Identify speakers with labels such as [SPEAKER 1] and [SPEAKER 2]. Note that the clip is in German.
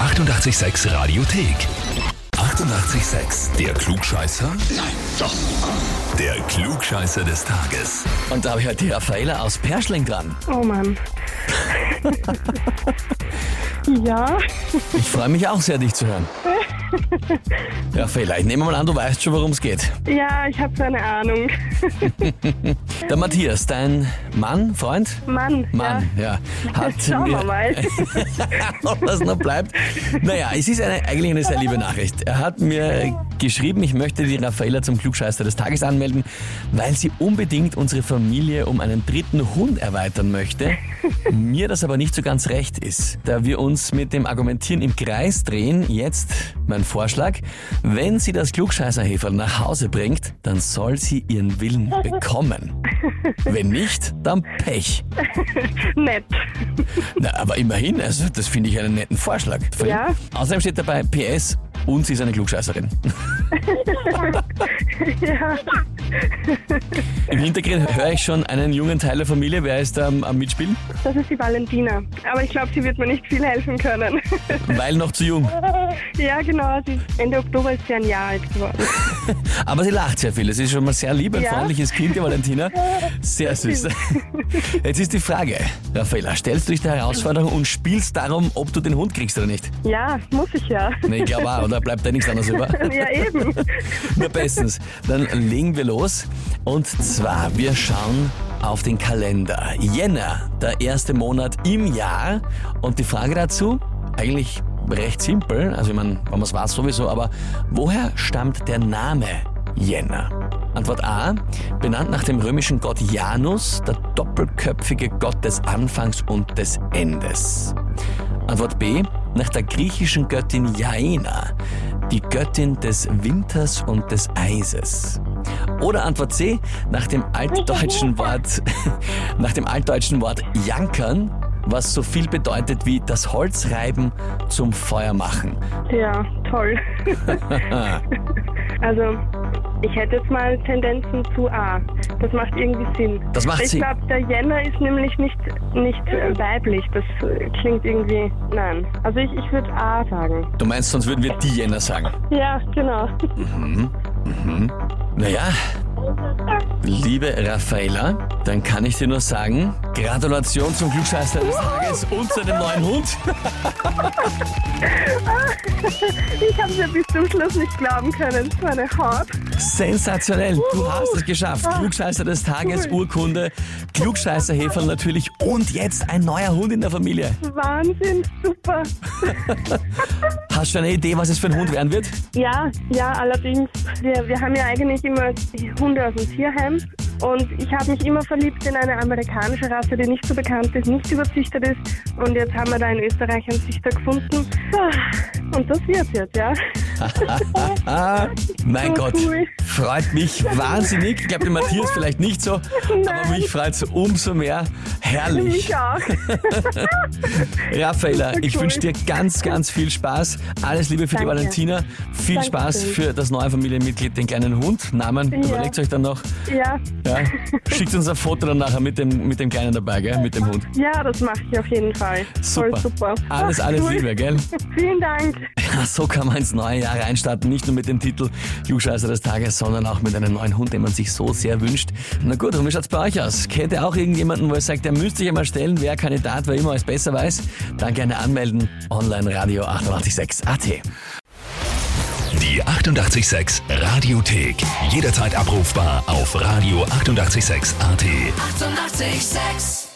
[SPEAKER 1] 886 Radiothek. 88,6. Der Klugscheißer? Nein, doch. Der Klugscheißer des Tages.
[SPEAKER 2] Und da habe ich heute die Raffaela aus Perschling dran.
[SPEAKER 3] Oh Mann. ja,
[SPEAKER 2] Ich freue mich auch sehr, dich zu hören. Raffaela, ich nehme mal an, du weißt schon, worum es geht.
[SPEAKER 3] ja, ich habe eine Ahnung.
[SPEAKER 2] Der Matthias, dein Mann, Freund?
[SPEAKER 3] Mann,
[SPEAKER 2] Mann, ja.
[SPEAKER 3] ja.
[SPEAKER 2] Hat
[SPEAKER 3] Schauen wir
[SPEAKER 2] mir-
[SPEAKER 3] mal.
[SPEAKER 2] ob das noch bleibt. Naja, es ist eine, eigentlich eine sehr liebe Nachricht. Er hat mir geschrieben, ich möchte die Raffaella zum Klugscheißer des Tages anmelden, weil sie unbedingt unsere Familie um einen dritten Hund erweitern möchte. Mir das aber nicht so ganz recht ist, da wir uns mit dem Argumentieren im Kreis drehen. Jetzt mein Vorschlag. Wenn sie das Klugscheißerheferl nach Hause bringt, dann soll sie ihren Willen bekommen. Wenn nicht, dann Pech.
[SPEAKER 3] Nett.
[SPEAKER 2] Na, aber immerhin, also das finde ich einen netten Vorschlag. Von ihm.
[SPEAKER 3] Ja.
[SPEAKER 2] Außerdem steht dabei PS und sie ist eine Klugscheißerin.
[SPEAKER 3] Ja.
[SPEAKER 2] Im Hintergrund höre ich schon einen jungen Teil der Familie. Wer ist da am, am Mitspielen?
[SPEAKER 3] Das ist die Valentina. Aber ich glaube, sie wird mir nicht viel helfen können.
[SPEAKER 2] Weil noch zu jung.
[SPEAKER 3] ja, genau. Sie ist Ende Oktober ist sie ein Jahr alt geworden.
[SPEAKER 2] Aber sie lacht sehr viel. Es ist schon mal sehr lieb, ein
[SPEAKER 3] Ja.
[SPEAKER 2] freundliches Kind, die Valentina. Sehr süß. Jetzt ist die Frage, Raffaella, stellst du dich der Herausforderung und spielst darum, ob du den Hund kriegst oder nicht?
[SPEAKER 3] Ja, muss ich ja.
[SPEAKER 2] Nee, ich glaube auch, oder bleibt da nichts anderes über?
[SPEAKER 3] ja, eben.
[SPEAKER 2] Na bestens. Dann legen wir los. Und zwar, wir schauen auf den Kalender. Jänner, der erste Monat im Jahr. Und die Frage dazu, eigentlich recht simpel, also ich meine, wenn man es weiß sowieso, aber woher stammt der Name Jänner? Antwort A, benannt nach dem römischen Gott Janus, der doppelköpfige Gott des Anfangs und des Endes. Antwort B, nach der griechischen Göttin Jaena, die Göttin des Winters und des Eises. Oder Antwort C, nach dem altdeutschen Wort, nach dem altdeutschen Wort Jankern, was so viel bedeutet wie das Holz reiben zum Feuer machen. Ah,
[SPEAKER 3] Ja, toll. also, ich hätte jetzt mal Tendenzen zu A. Das macht irgendwie Sinn.
[SPEAKER 2] Das macht
[SPEAKER 3] ich
[SPEAKER 2] Sinn.
[SPEAKER 3] glaube, der Jänner ist nämlich nicht, nicht äh, weiblich. Das äh, klingt irgendwie. Nein. Also, ich, ich würde A sagen.
[SPEAKER 2] Du meinst, sonst würden wir die Jänner sagen.
[SPEAKER 3] Ja, genau.
[SPEAKER 2] Naja, liebe Raffaella, dann kann ich dir nur sagen, Gratulation zum Glückscheißer des Tages und zu dem neuen Hund.
[SPEAKER 3] Ich habe es ja bis zum Schluss nicht glauben können. So eine Haut.
[SPEAKER 2] Sensationell, du hast es geschafft.
[SPEAKER 3] Ah.
[SPEAKER 2] Klugscheißer des Tages, Urkunde, Klugscheißer Heferl natürlich und jetzt ein neuer Hund in der Familie.
[SPEAKER 3] Wahnsinn. Super.
[SPEAKER 2] Hast du eine Idee, was es für ein Hund werden wird?
[SPEAKER 3] Ja, ja, allerdings. Wir, wir haben ja eigentlich immer Hunde aus dem Tierheim. Und ich habe mich immer verliebt in eine amerikanische Rasse, die nicht so bekannt ist, nicht überzüchtet ist. Und jetzt haben wir da in Österreich einen Züchter gefunden. Ah, Und das wird's jetzt, ja.
[SPEAKER 2] Ah, mein
[SPEAKER 3] So
[SPEAKER 2] Gott,
[SPEAKER 3] cool.
[SPEAKER 2] freut mich wahnsinnig. Ich glaube, den Matthias vielleicht nicht so, aber
[SPEAKER 3] Nein.
[SPEAKER 2] mich freut es umso mehr. Herrlich.
[SPEAKER 3] Ich auch.
[SPEAKER 2] Raffaella, ich
[SPEAKER 3] cool.
[SPEAKER 2] wünsche dir ganz, ganz viel Spaß. Alles Liebe für
[SPEAKER 3] Danke.
[SPEAKER 2] die Valentina. Viel
[SPEAKER 3] Dankeschön.
[SPEAKER 2] Spaß für das neue Familienmitglied, den kleinen Hund. Namen
[SPEAKER 3] Ja.
[SPEAKER 2] überlegt euch dann noch.
[SPEAKER 3] Ja,
[SPEAKER 2] Ja. Schickt uns ein Foto dann nachher mit dem, mit dem Kleinen dabei, gell? mit dem Hund.
[SPEAKER 3] ja, das mache ich auf jeden Fall.
[SPEAKER 2] Super.
[SPEAKER 3] Voll super.
[SPEAKER 2] Alles,
[SPEAKER 3] Ach,
[SPEAKER 2] alles
[SPEAKER 3] cool.
[SPEAKER 2] Liebe, gell?
[SPEAKER 3] Vielen Dank.
[SPEAKER 2] Ja, So kann man ins neue Jahr reinstarten. Nicht nur mit dem Titel Klugscheißer des Tages, sondern auch mit einem neuen Hund, den man sich so sehr wünscht. Na gut, und wie schaut's bei euch aus? Kennt ihr auch irgendjemanden, wo ihr sagt, der müsste sich einmal stellen, wer Kandidat, wer immer es besser weiß? Dann gerne anmelden. Online Radio 886 AT.
[SPEAKER 1] Die 88,6 Radiothek. Jederzeit abrufbar auf radio886.at. 88,6.
[SPEAKER 4] Eighty-eight, sex.